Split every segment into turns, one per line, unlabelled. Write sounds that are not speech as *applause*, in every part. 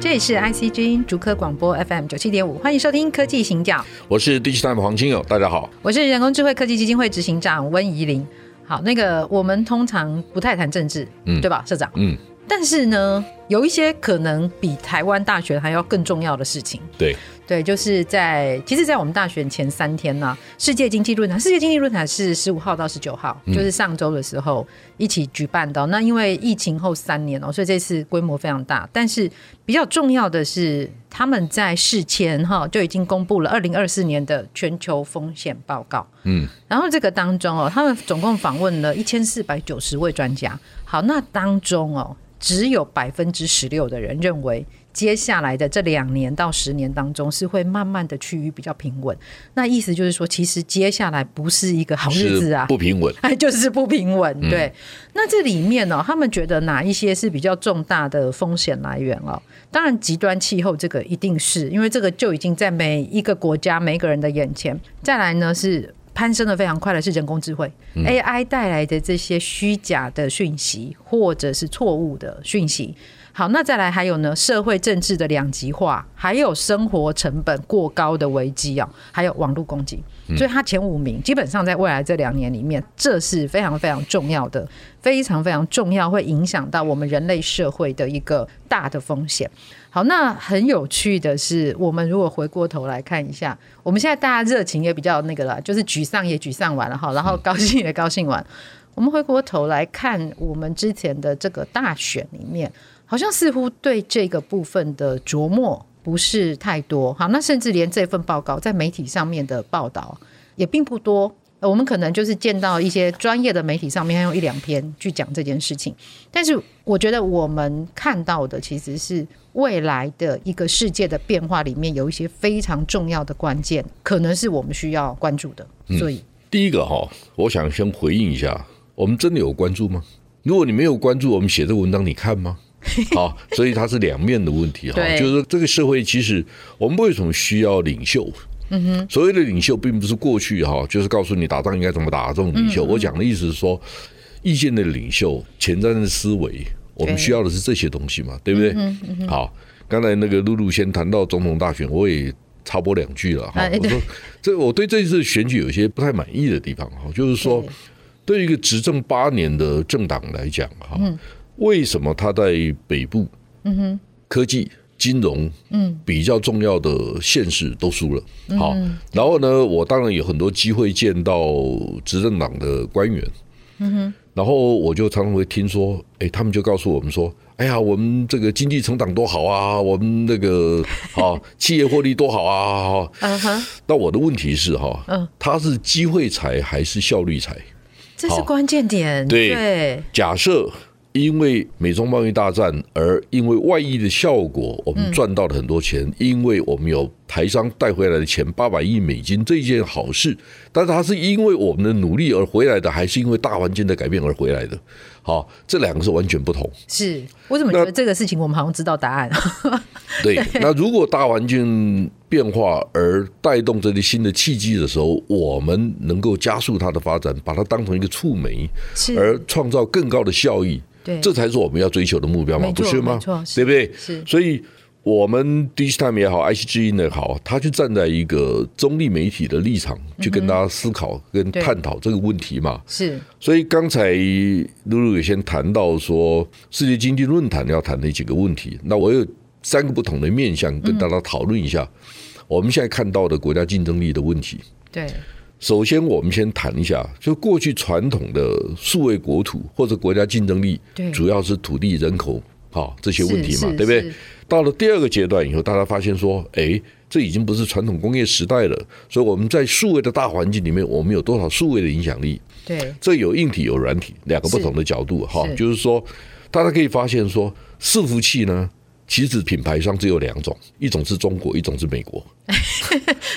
这里是 ICG 竹科广播 FM 九七点五，欢迎收听科技行脚，
我是 Digitime 黄清友，大家好。
我是人工智慧科技基金会执行长温怡玲。好，那个我们通常不太谈政治，
嗯
对吧，社长？
嗯，
但是呢，有一些可能比台湾大选还要更重要的事情，
对，
对，就是在其实，在我们大选前三天呢、世界经济论坛，世界经济论坛是十五号到十九号，就是上周的时候一起举办的哦。那因为疫情后三年哦，所以这次规模非常大。但是比较重要的是，他们在事前哈就已经公布了二零二四年的全球风险报告。
嗯，
然后这个当中哦，他们总共访问了一千四百九十位专家。好，那当中哦，只有百分之十六的人认为，接下来的这两年到十年当中是会慢慢的趋于比较平稳。那意思就是说，其实接下来不是一个好日子
是
啊。
不平稳。嗯
哎， *laughs* 就是不平稳，对。那这里面呢、他们觉得哪一些是比较重大的风险来源哦？当然，极端气候这个一定是因为这个就已经在每一个国家每一个人的眼前。再来呢是。攀升的非常快的是人工智慧、AI
嗯
带来的这些虚假的讯息，或者是错误的讯息。好，那再来还有呢，社会政治的两极化，还有生活成本过高的危机啊、还有网络攻击。所以它前五名基本上在未来这两年里面，这是非常非常重要的，非常非常重要，会影响到我们人类社会的一个大的风险。好，那很有趣的是，我们如果回过头来看一下，我们现在大家热情也比较那个了，就是沮丧也沮丧完了哈，然后高兴也高兴完。我们回过头来看我们之前的这个大选里面，好像似乎对这个部分的琢磨不是太多。好，那甚至连这份报告在媒体上面的报道也并不多。呃我们可能就是见到一些专业的媒体上面还有一两篇去讲这件事情，但是我觉得我们看到的其实是未来的一个世界的变化里面有一些非常重要的关键，可能是我们需要关注的。
嗯
所以，
第一个哈、我想先回应一下，我们真的有关注吗？如果你没有关注，我们写这个文章你看
*laughs*
吗？好，所以它是两面的问题哈，
对
就是说这个社会其实我们为什么需要领袖？嗯哼，所谓的领袖并不是过去哈，就是告诉你打仗应该怎么打这种领
嗯
袖。我讲的意思是说，意见的领袖、前瞻的思维，我们
对
需要的是这些东西嘛，对不对？
嗯
好，刚才那个露露先谈到总统大选，我也插播两句了哈。
哎
我
对
说这我对这次选举有些不太满意的地方哈，就是说
对
对于一个执政八年的政党来讲哈，
嗯
为什么他在北部，嗯哼，科技、金融，嗯，比较重要的县市都输了，
嗯
好，然后呢，我当然有很多机会见到执政党的官员，
嗯
然后我就常常会听说，哎，他们就告诉我们说，哎呀，我们这个经济成长多好啊，我们那
*laughs*
个啊，企业获利多好啊。哈
嗯哼，
那我的问题是哈，
嗯，
它是机会财还是效率财？
这是关键点。
对假设因为美中贸易大战而因为外溢的效果，我们赚到了很多钱，因为我们有台商带回来的钱八百亿美金这件好事，但是它是因为我们的努力而回来的，还是因为大环境的改变而回来的？好，这两个是完全不同。
是我怎么觉得这个事情我们好像知道答案？ *laughs*
对，那如果大环境变化而带动这些新的契机的时候，我们能够加速它的发展，把它当成一个触媒，
是，
而创造更高的效益，
对，
这才是我们要追求的目标嘛，
没
不
错
是吗
没错？是
对不对？
是
所以我们 Digitime 也好，ICG 也好，他就站在一个中立媒体的立场，
嗯
去跟大家思考、跟
对
探讨这个问题嘛。
是
所以刚才露露也先谈到说，世界经济论坛要谈的几个问题，那我有三个不同的面向跟大
嗯
家讨论一下。我们现在看到的国家竞争力的问题，
对，
首先我们先谈一下，就过去传统的数位国土或者国家竞争力
对，
主要是土地、人口，好、这些问题嘛
是，
对不？对
是？是
到了第二个阶段以后，大家发现说，哎，这已经不是传统工业时代了，所以我们在数位的大环境里面，我们有多少数位的影响力？
对，
这有硬体有软体两个不同的角度哈
是，
就是说，大家可以发现说，伺服器呢，其实品牌商只有两种，一种是中国，一种是美国，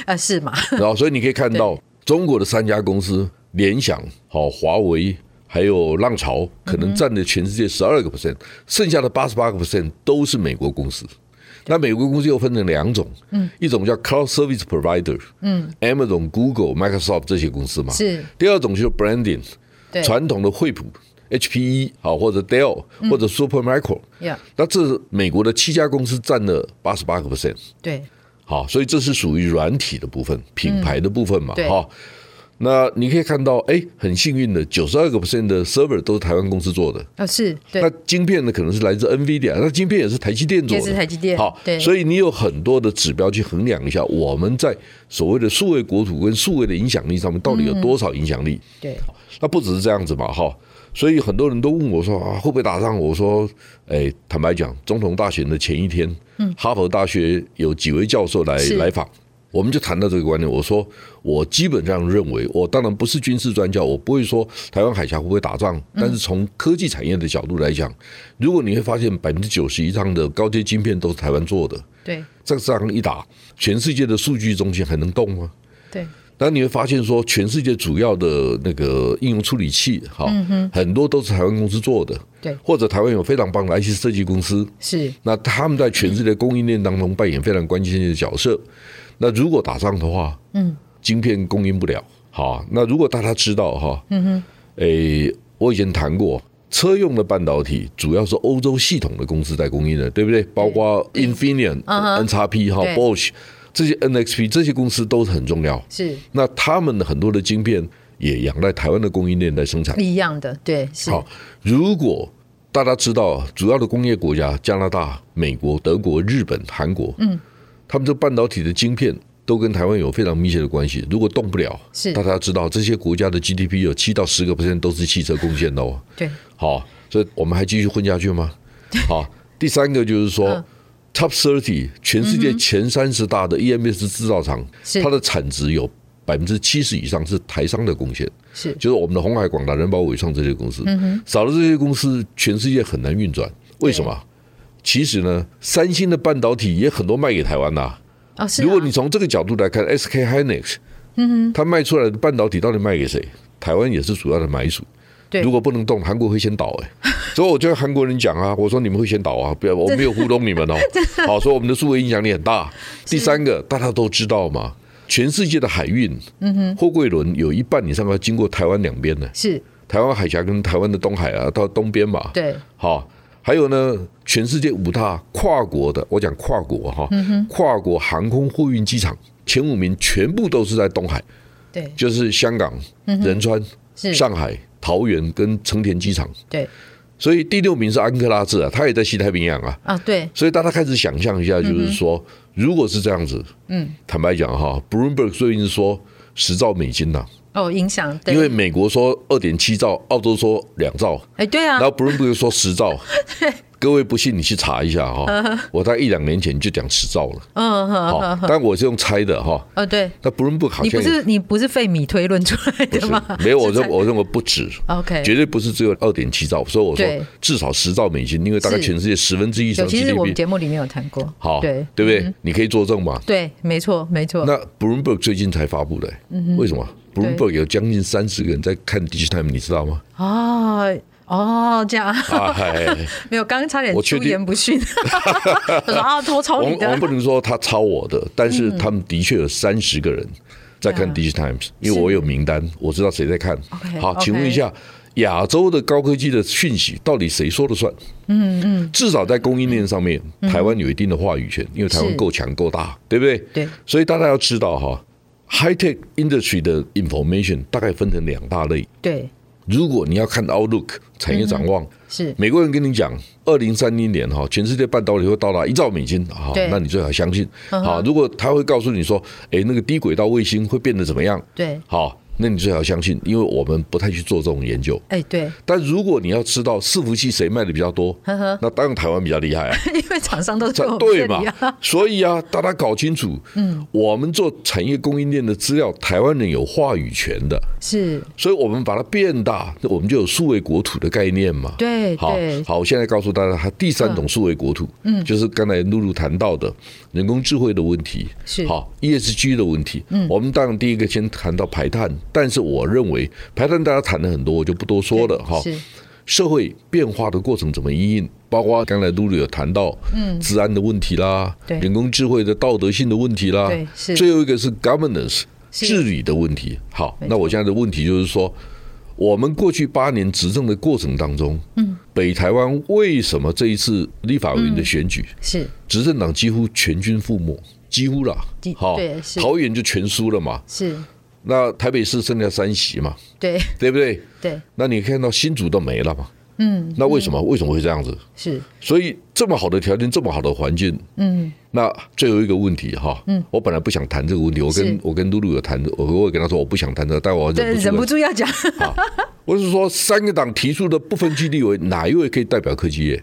呃，是嘛？
*laughs* 然后所以你可以看到中国的三家公司联想、好华为。还有浪潮可能占了全世界十二个 percent，剩下的八十八个 percent 都是美国公司。那美国公司又分成两种，嗯，一种叫 cloud service provider，嗯，Amazon、Google、Microsoft 这些公司嘛，
是
第二种就是 branding，
对
啊传统的惠普、HPE 好或者 Dell 或者 Supermicro，、
呀，
那这是美国的七家公司占了八十八个 percent，
对，
好，所以这是属于软体的部分，品牌的部分嘛，
对
哈、那你可以看到，哎，很幸运的，九十二个 percent 的 server 都是台湾公司做的。
哦，是
那
对，
晶片呢，可能是来自 NVIDIA，那晶片也是台积电做
也
的。
是台积电，
好
对，，
所
以
以你有很多的指标去衡量一下，我们在所谓的数位国土跟数位的影响力上面，到底
嗯
有多少影响力？
对，
那不只是这样子嘛，哈。所以很多人都问我说啊，会不会打仗？我说，哎，坦白讲，总统大选的前一天，哈佛大学有几位教授来
是
来访，我们就谈到这个观点。我说，我基本上认为，我当然不是军事专家，我不会说台湾海峡会不会打仗，但是从科技产业的角度来讲，如果你会发现百分之九十以上的高阶晶片都是台湾做的，
对，
这个仗一打，全世界的数据中心还能动吗？
对，
那你会发现说，全世界主要的那个应用处理器，哈、很多都是台湾公司做的，
嗯对，
或者台湾有非常棒的 IC 设计公司，
是，
那他们在全世界供应链当中扮演非常关键的角色。那如果打仗的话，
嗯，
晶片供应不了，好，那如果大家知道哈，嗯哼，诶，我以前谈过。车用的半导体主要是欧洲系统的公司在供应的，对不对？包括 Infineon、
嗯哼
N 叉 P 哈、
对
Bosch 这些 NXP 这些公司都很重要。
是
那他们很多的晶片也仰赖台湾的供应链来生产。
一样的，对，是，
好，如果大家知道主要的工业国家，加拿大、美国、德国、日本、韩国，嗯，他们这半导体的晶片都跟台湾有非常密切的关系。如果动不了，
是
大家知道这些国家的 GDP 有七到十个 percent 都是汽车贡献的哦。
对，
好，所以我们还继续混下去吗？好，第三个就是说。
嗯
Top thirty 全世界前三十大的 EMS 制造厂，
是
它的产值有百分之七十以上是台商的贡献，
是，
就是我们的红海、广达、人保、伟创这些公
嗯
司。少了这些公司，全世界很难运转。为什么？其实呢，三星的半导体也很多卖给台湾呐、
哦，是啊，
如果你从这个角度来看，SK Hynix，嗯它卖出来的半导体到底卖给谁？台湾也是主要的买主。
对
如果不能动，韩国会先倒哎、 *laughs* 所以我就跟韩国人讲啊，我说你们会先倒啊，不要，我没有糊弄你们 *laughs* 哦。好，所以我们的数位影响力很大。第三个，大家都知道嘛，全世界的海运，嗯哼，货柜轮有一半以上要经过台湾两边呢，
是，
台湾海峡跟台湾的东海啊，到东边嘛，
对，
好，还有呢，全世界五大跨国的，我讲跨国哈，跨国航空货运机场前五名全部都是在东海，
对，
就是香港、仁川、
嗯是，
上海、桃园跟成田机场，
对，
所以第六名是安克拉治啊，它也在西太平洋啊。
啊，对，
所以大家开始想象一下，就是说，
嗯
如果是这样子，嗯，坦白讲哈，Bloomberg 最近说十兆美金呐、
哦，影响，对
因为美国说二点七兆，澳洲说两兆，
哎，对啊
*laughs* 然，后 Bloomberg 说十兆，各位不信你去查一下哈、我在一两年前就讲十兆了，
嗯哼，
好、但我是用猜的哈、
哦，对，
那 Bloomberg 好
你不
像也
是你不是费米推论出来
不
的吗？
是没有，我
是
认我认为不止，
OK，
绝对不是只有二点七兆，所以我
对
说至少十兆美金，因为大概
是
全世界十分之一以上
有，其实我们
GDP，
节目里面有谈过，
好，
对，嗯哦
不对？你可以作证嘛。
对，没错，没错，
那 Bloomberg 最近才发布的、
嗯
为什么？Bloomberg 有将近三十个人在看 Digitime，你知
*laughs*
道吗？
哦哦，这
*laughs*
样
啊，嗨，
没有，刚刚差点
我确
出
定
言不逊， *laughs* 他说啊，我抄
我
你
们我们不
的，嗯
能说他抄我的，但是他们的确有三十个人在看
对
Digitimes，因为我有名单，我知道谁在看。
嗯 OK，
好，
OK
请问一下，亚洲的高科技的讯息到底谁说了算？嗯嗯，至少在供应链上面，台湾有一定的话语权，因为台湾
嗯是
够强够大，对不对？
对，
所以大家要知道哈，high tech industry 的 information 大概分成两大类。
对，
如果你要看 outlook 产业展
嗯
望，
是
美国人跟你讲，二零三零年哈，全世界半导体会到达一兆美金，好
对，嗯
那你最好相信。好，如果他会告诉你说，诶，那个低轨道卫星会变得怎么样？
对，
好，那你最好相信，因为我们不太去做这种研究。
哎，对， *laughs*
但如果你要知道伺服器谁卖的比较多，那当然台湾比较厉害
*laughs*
啊，
因为厂商都在
这
我们这
对
里
嘛
啊，？ *laughs*
所以啊，大家搞清楚，嗯，我们做产业供应链的资料，台湾人有话语权的。
是，
所以我们把它变大，那我们就有数位国土的概念嘛。
对
好
对，
好，我现在告诉大家，它第三种数位国土，嗯，就是刚才露露谈到的人工智慧的问题，，E
是
好 ESG 的问题。嗯，我们当然第一个先谈到排碳、但是我认为排碳大家谈了很多，我就不多说了哈。
是
社会变化的过程怎么因应，包括刚才露露有谈到，嗯，治安的问题啦，
对
人工智慧的道德性的问题啦
对，是
最后一个是 governance
是
治理的问题。好，
没错
那我现在的问题就是说，我们过去八年执政的过程当中，嗯，北台湾为什么这一次立法委员的选举，
是
执政党几乎全军覆没，几乎啦
几，
好
对，是
桃园就全输了嘛，
是，
那台北市剩下三席嘛，
对
对不对？
对
那你看到新竹都没了嘛？
嗯，
那为什么、为什么会这样子？
是
所以这么好的条件，这么好的环境，
嗯，
那最后一个问题哈，嗯，我本来不想谈这个问题，我
是
跟我跟露露有谈，我我也跟她说我不想谈这个，但我
对，
忍不住
忍不住要讲，
我是说三个党提出的不分区立委，哪一位可以代表科技业？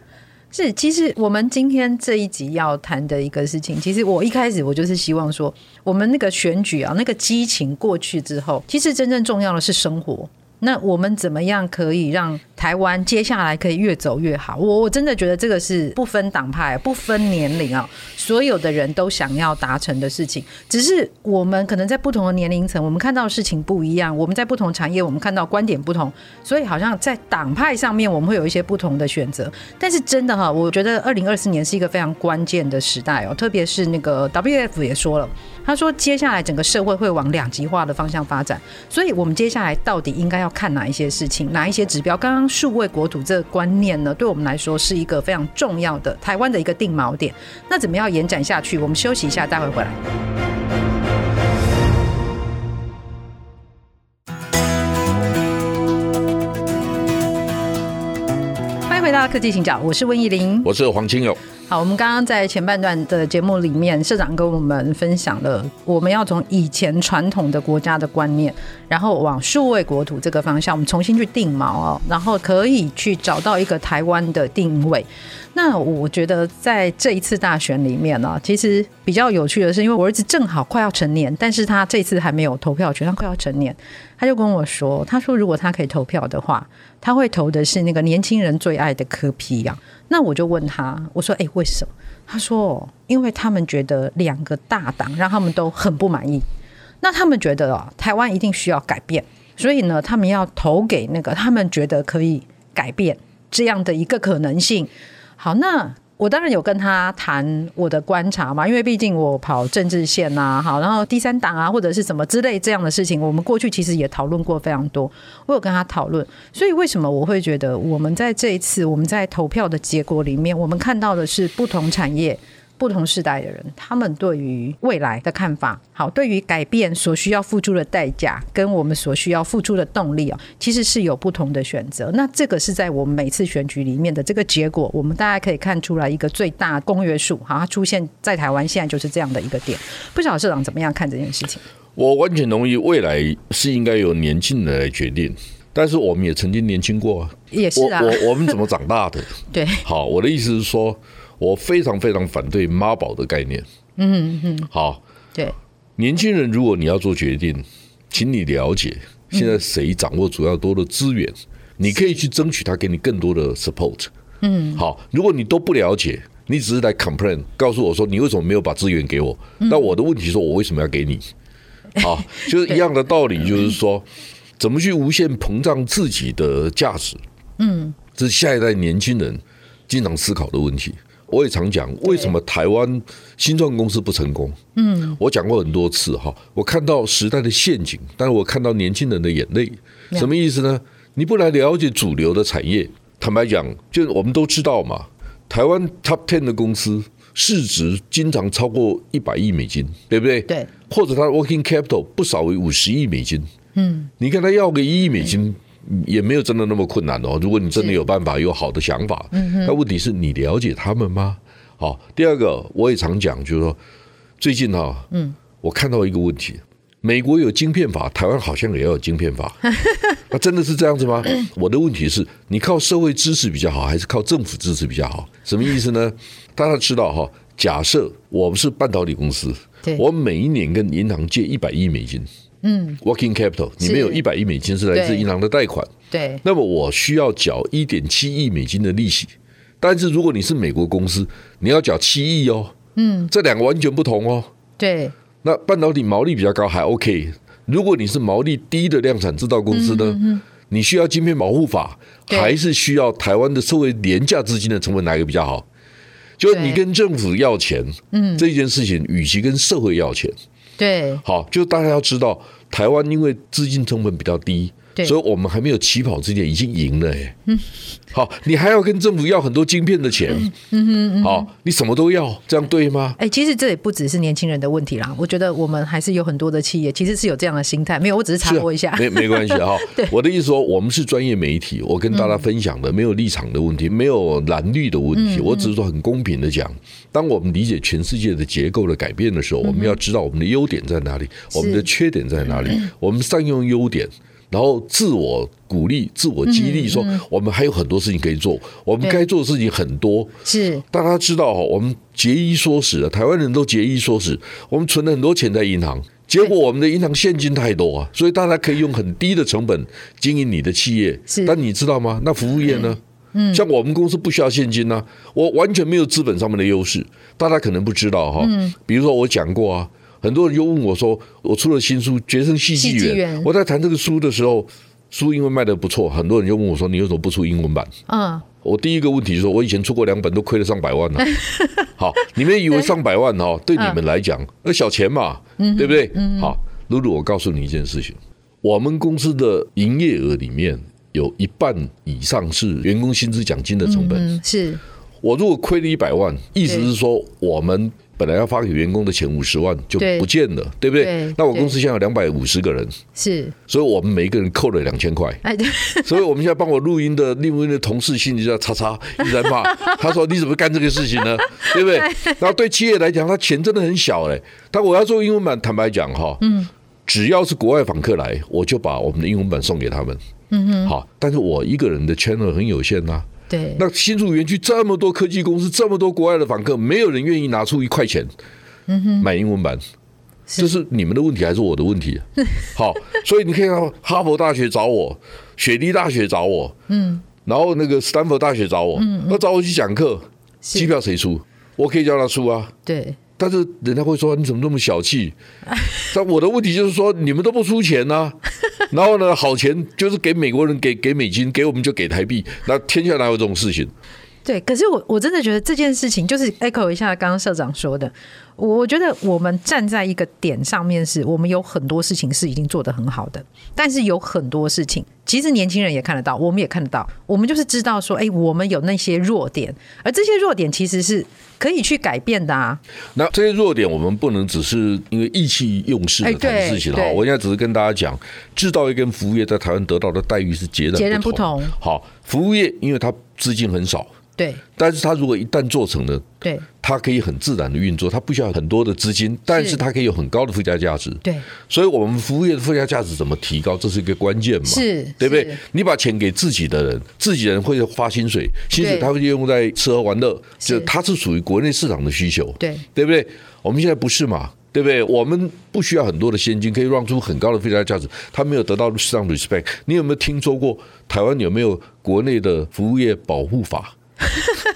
是，其实我们今天这一集要谈的一个事情，其实我一开始我就是希望说，我们那个选举啊，那个激情过去之后，其实真正重要的是生活。那我们怎么样可以让台湾接下来可以越走越好？我我真的觉得这个是不分党派、不分年龄啊，所有的人都想要达成的事情。只是我们可能在不同的年龄层，我们看到的事情不一样；我们在不同产业，我们看到观点不同，所以好像在党派上面我们会有一些不同的选择。但是真的哈，我觉得二零二四年是一个非常关键的时代哦，特别是那个 WF 也说了，他说接下来整个社会会往两极化的方向发展，所以我们接下来到底应该要看哪一些事情，哪一些指标？刚刚数位国土这个观念呢，对我们来说是一个非常重要的台湾的一个定锚点。那怎么样延展下去？我们休息一下，待会回来。欢迎回到科技请讲，我是温怡玲，
我是黄清友，
好，我们刚刚在前半段的节目里面，社长跟我们分享了我们要从以前传统的国家的观念，然后往数位国土这个方向，我们重新去定锚哦，然后可以去找到一个台湾的定位。那我觉得在这一次大选里面呢、哦其实比较有趣的是，因为我儿子正好快要成年，但是他这次还没有投票权，他快要成年，他就跟我说，他说如果他可以投票的话，他会投的是那个年轻人最爱的科批呀、那我就问他，我说：“哎、为什么？”他说：“因为他们觉得两个大党让他们都很不满意，那他们觉得哦，台湾一定需要改变，所以呢，他们要投给那个他们觉得可以改变这样的一个可能性。”好，那。我当然有跟他谈我的观察嘛，因为毕竟我跑政治线呐、好，然后第三党啊，或者是什么之类这样的事情，我们过去其实也讨论过非常多。我有跟他讨论，所以为什么我会觉得我们在这一次我们在投票的结果里面，我们看到的是不同产业。不同世代的人，他们对于未来的看法，好，对于改变所需要付出的代价，跟我们所需要付出的动力啊，其实是有不同的选择。那这个是在我们每次选举里面的这个结果，我们大家可以看出来一个最大公约数，好，它出现在台湾现在就是这样的一个点。不晓得社长怎么样看这件事情？
我完全同意，未来是应该由年轻人来决定，但是我们也曾经年轻过啊，
也是
我
啊，
我我们怎么长大的？
对，
好，我的意思是说，我非常非常反对妈宝的概念。嗯嗯，好，
对，
年轻人，如果你要做决定，请你了解现在谁掌握主要多的资源，你可以去争取他给你更多的 support。嗯，好，如果你都不了解，你只是来 complain，告诉我说你为什么没有把资源给我？那我的问题说，我为什么要给你？ *laughs* 好，啊就是一样的道理，就是说，怎么去无限膨胀自己的价值？嗯，这是下一代年轻人经常思考的问题。我也常讲，为什么台湾新创公司不成功？嗯，我讲过很多次哈，我看到时代的陷阱，但是我看到年轻人的眼泪，什么意思呢？你不来了解主流的产业，坦白讲，就是我们都知道嘛，台湾 Top Ten 的公司市值经常超过一百亿美金，对不对？
对，
或者它的 working capital 不少于五十亿美金。嗯，你看他要个一亿美金。也没有真的那么困难哦。如果你真的有办法，有好的想法，那问题是你了解他们吗？好，第二个我也常讲，就是说最近哈、嗯，我看到一个问题，美国有晶片法，台湾好像也要有晶片 *laughs* 法，那真的是这样子吗？我的问题是，你靠社会支持比较好，还是靠政府支持比较好？什么意思呢？大家知道哈、假设我们是半导体公司，
对
我每一年跟银行借一百亿美金，嗯，working capital 里面有一百亿美金是来自
对
银行的贷款，
对，
那么我需要缴一点七亿美金的利息。但是如果你是美国公司，你要缴七亿哦，嗯，这两个完全不同哦。
对，
那半导体毛利比较高，还 OK。如果你是毛利低的量产制造公司呢，你需要晶片保护法，
嗯对
还是需要台湾的社会廉价资金的成本哪一个比较好？就是你
对
跟政府要钱，嗯，这件事情与其跟社会要钱，
对
好，就大家要知道，台湾因为资金成本比较低
对，
所以我们还没有起跑之前已经赢了、欸。嗯，好，你还要跟政府要很多晶片的钱。嗯嗯好，你什么都要，这样对吗？
哎、其实这也不只是年轻人的问题啦，我觉得我们还是有很多的企业其实是有这样的心态。没有，我只是
是
插
啊
播一下。
没没关系
*laughs*
哈。我的意思说，我们是专业媒体，我跟大家分享
嗯
的没有立场的问题，没有蓝绿的问题，我只是说很公平的讲，当我们理解全世界的结构的改变的
嗯
时候，我们要知道我们的优点在哪里，我们的缺点在哪里，
嗯
我们善用优点。然后自我鼓励、自我激励，说我们还有很多事情可以做，我们
嗯对
该做的事情很多，
是，
大家知道哈，我们节衣缩食啊，台湾人都节衣缩食，我们存了很多钱在银行，结果我们的银行现金太多啊，所以大家可以用很低的成本经营你的企业
是。
但你知道吗？那服务业呢？嗯，像我们公司不需要现金呐、我完全没有资本上面的优势，大家可能不知道哈。嗯，比如说我讲过啊，很多人就问我说，我出了新书《决胜戏剧
戏剧
员》
园，
我在谈这个书的时候，书英文卖的不错，很多人就问我说，你为什么不出英文版？
嗯，
我第一个问题就是，我以前出过两本，都亏了上百万
*laughs*
呢、好，你们以为上百万哦，对你们来讲，那小钱嘛，
嗯
对不对？好，露露，我告诉你一件事情，我们公司的营业额里面有一半以上是员工薪资奖金的成本。
嗯，是
我如果亏了一百万，意思是说我们。本来要发给员工的前五十万就
对
不见了，对不对？
对
那我公司现在有两百五十个人，
是，
所以我们每一个人扣了两千块。
哎，对， *laughs*
*laughs* 所以我们现在帮我录音的另外一位同事心里就在叉 *laughs* 叉一直在骂，他说你怎么干这个事 *laughs* 情呢？对不对？然后对企业来讲，他钱真的很小嘞。但我要做英文版，坦白讲哈，嗯，只要是国外访客来，我就把我们的英文版送给他们。嗯哼，好，但是我一个人的 channel 很有限呐、啊
对，
那新竹园区这么多科技公司，这么多国外的访客，没有人愿意拿出一块钱，买英文版。这是你们的问题还是我的问题？啊好，所以你可以看到哈佛大学找我，雪梨大学找我，嗯，然后那个斯坦福大学找我，那找我去讲课，
是
机票谁出？我可以叫他出啊，
对，
但是人家会说你怎么这么小气？但我的问题就是说你们都不出钱呐、然后呢，好钱就是给美国人给给美金，给我们就给台币，那天下哪有这种事情？
对，可是我我真的觉得这件事情就是 echo 一下刚刚校长说的，我我觉得我们站在一个点上面是，我们有很多事情是已经做得很好的，但是有很多事情其实年轻人也看得到，我们也看得到，我们就是知道说，哎，我们有那些弱点，而这些弱点其实是可以去改变的啊。
那这些弱点，我们不能只是因为意气用事
哎
的
对
谈事情哈。
对
我现在只是跟大家讲，制造业跟服务业在台湾得到的待遇是截然
截然不同
好，服务业因为它资金很少，
对
但是它如果一旦做成了，
对
它可以很自然的运作，它不需要很多的资金，但是它可以有很高的附加价值。
对，
所以我们服务业的附加价值怎么提高，这是一个关键嘛？
是
对不对
是？
你把钱给自己的人，自己人会发薪水，薪水
对
他会用在吃喝玩乐，
是
就它是属于国内市场的需求，
对
对不对？我们现在不是嘛？对不对？我们不需要很多的现金，可以让出很高的附加价值。它没有得到市场 respect。你有没有听说过台湾有没有国内的服务业保护法？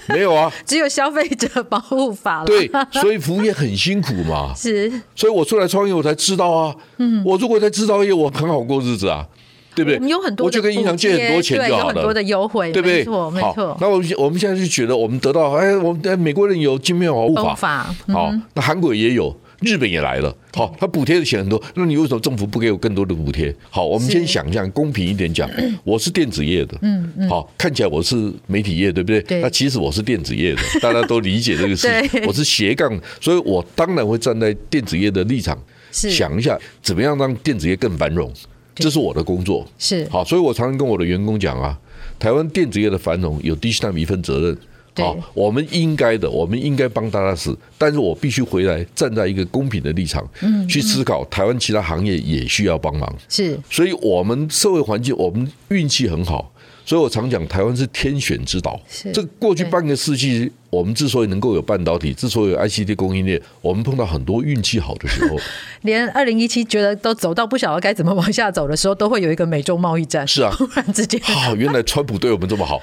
没有
*laughs*
啊。
只有消费者保护法了。
对，所以服务业很辛苦嘛。
*laughs* 是
所以我出来创业，我才知道啊。嗯，我如果在制造业，我很好过日子啊，对不对？
*laughs* 我们有很多
我
的
就跟银行借很多钱
对
就好
有
了，
很多的优惠，
对不对？
没错没
好
错，
那我们现我们现在就觉得我们得到，哎，我们哎美国人有晶片保护
保
法，
护法
好，哦那韩国也有。日本也来了，好，他补贴的钱很多，那你为什么政府不给我更多的补贴？好，我们
是
先想想，公平一
*clears throat*
点讲，我是电子业的，嗯嗯，好，看起来我是媒体业，对不对？
对
那其实我是电
*laughs*
子业的，大家都理解这个事
对
情，我是斜杠，所以我当然会站在电子业的立场，
是
想一下怎么样让电子业更繁荣，这是我的工作，
是
好，所以我常常跟我的员工讲啊，台湾电子业的繁荣有低碳一份责任。
对
好，我们应该的，我们应该帮大家是，但是我必须回来站在一个公平的立场，嗯，去思考台湾其他行业也需要帮忙，
是
所以我们社会环境，我们运气很好，所以我常讲台湾是天选之岛
是，
这过去
对
半个世纪，我们之所以能够有半导体，之所以有 ICT 供应链，我们碰到很多运气好的
*laughs*
时候。
连二零一七觉得都走到不晓得该怎么往下走的时候，都会有一个美洲贸易战，
是啊
*laughs* 突然之间。
好、啊原来川普对我们这么好，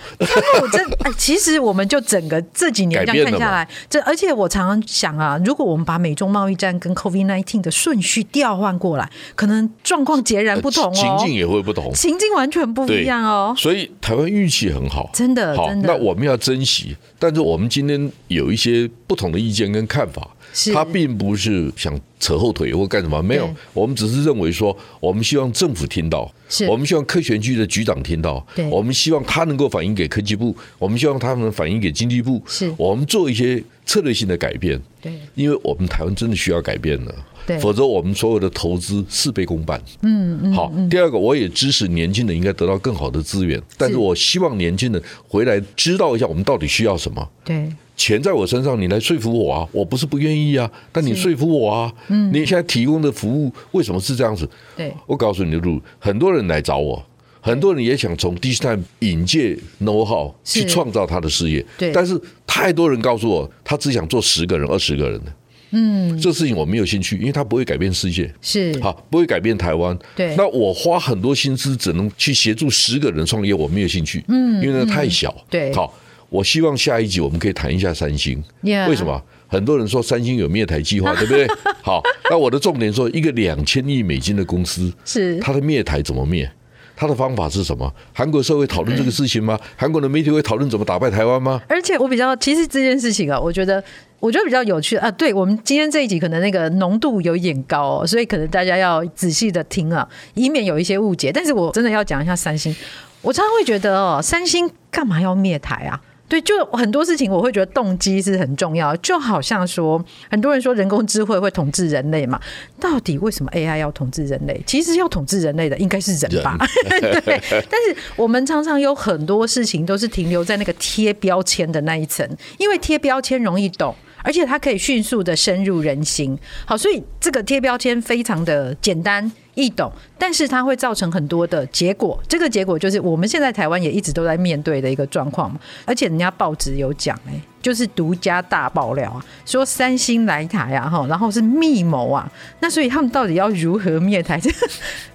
我真哎，其实我们就整个这几年这样看下来，这而且我常常想啊，如果我们把美中贸易战跟 COVID nineteen 的顺序调换过来，可能状况截然不同哦，
呃情境也会不同。
情境完全不
对
一样哦。
所以台湾运气很好，
真的
好，
真的
那我们要珍惜。但是我们今天有一些不同的意见跟看法
是，
他并不是想扯后腿或干什么，没有
对，
我们只是认为说，我们希望政府听到
是，
我们希望科学局的局长听到
对，
我们希望他能够反映给科技部，我们希望他们反映给经济部，
是
我们做一些策略性的改变，
对
因为我们台湾真的需要改变了。
对
否则我们所有的投资事倍功半。嗯嗯。好，第二个，我也支持年轻人应该得到更好的资源，但是我希望年轻人回来知道一下我们到底需要什么。
对
钱在我身上，你来说服我啊！我不是不愿意啊，但你说服我啊！嗯，你现在提供的服务为什么是这样子？
对
我告诉你，路很多人来找我，很多人也想从 d i g i t 引介 know how
是
去创造他的事业。
对
但是太多人告诉我，他只想做十个人、二十个人的。嗯，这事情我没有兴趣，因为他不会改变世界，
是，
好，不会改变台湾。
对
那我花很多心思，只能去协助十个人创业，我没有兴趣，嗯，因为那太小。
对
好，我希望下一集我们可以谈一下三星
Yeah
为什么？很多人说三星有灭台计划，
*laughs*
对不对？好，那我的重点说，一个两千亿美金的公司，
是
它的灭台怎么灭？它的方法是什么？韩国社会讨论这个事情吗？韩国的媒体会讨论怎么打败台湾吗？
而且我比较，其实这件事情啊，我觉得。我觉得比较有趣啊，对我们今天这一集可能那个浓度有一点高、哦，所以可能大家要仔细的听啊，以免有一些误解。但是我真的要讲一下三星，我常常会觉得哦，三星干嘛要灭台啊？对，就很多事情我会觉得动机是很重要，就好像说很多人说人工智慧会统治人类嘛，到底为什么 AI 要统治人类？其实要统治人类的应该是人吧？ *laughs* 对，但是我们常常有很多事情都是停留在那个贴标签的那一层，因为贴标签容易懂。而且它可以迅速的深入人心，好，所以这个贴标签非常的简单易懂，但是它会造成很多的结果。这个结果就是我们现在台湾也一直都在面对的一个状况嘛。而且人家报纸有讲，哎，就是独家大爆料啊，说三星来台啊，哈，然后是密谋啊，那所以他们到底要如何灭台？这个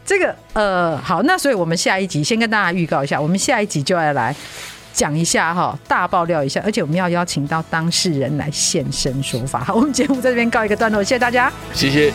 这个呃，好，那所以我们下一集先跟大家预告一下，我们下一集就要来讲一下哈，大爆料一下，而且我们要邀请到当事人来现身说法。好，我们节目在这边告一个段落，谢谢大家。
谢谢。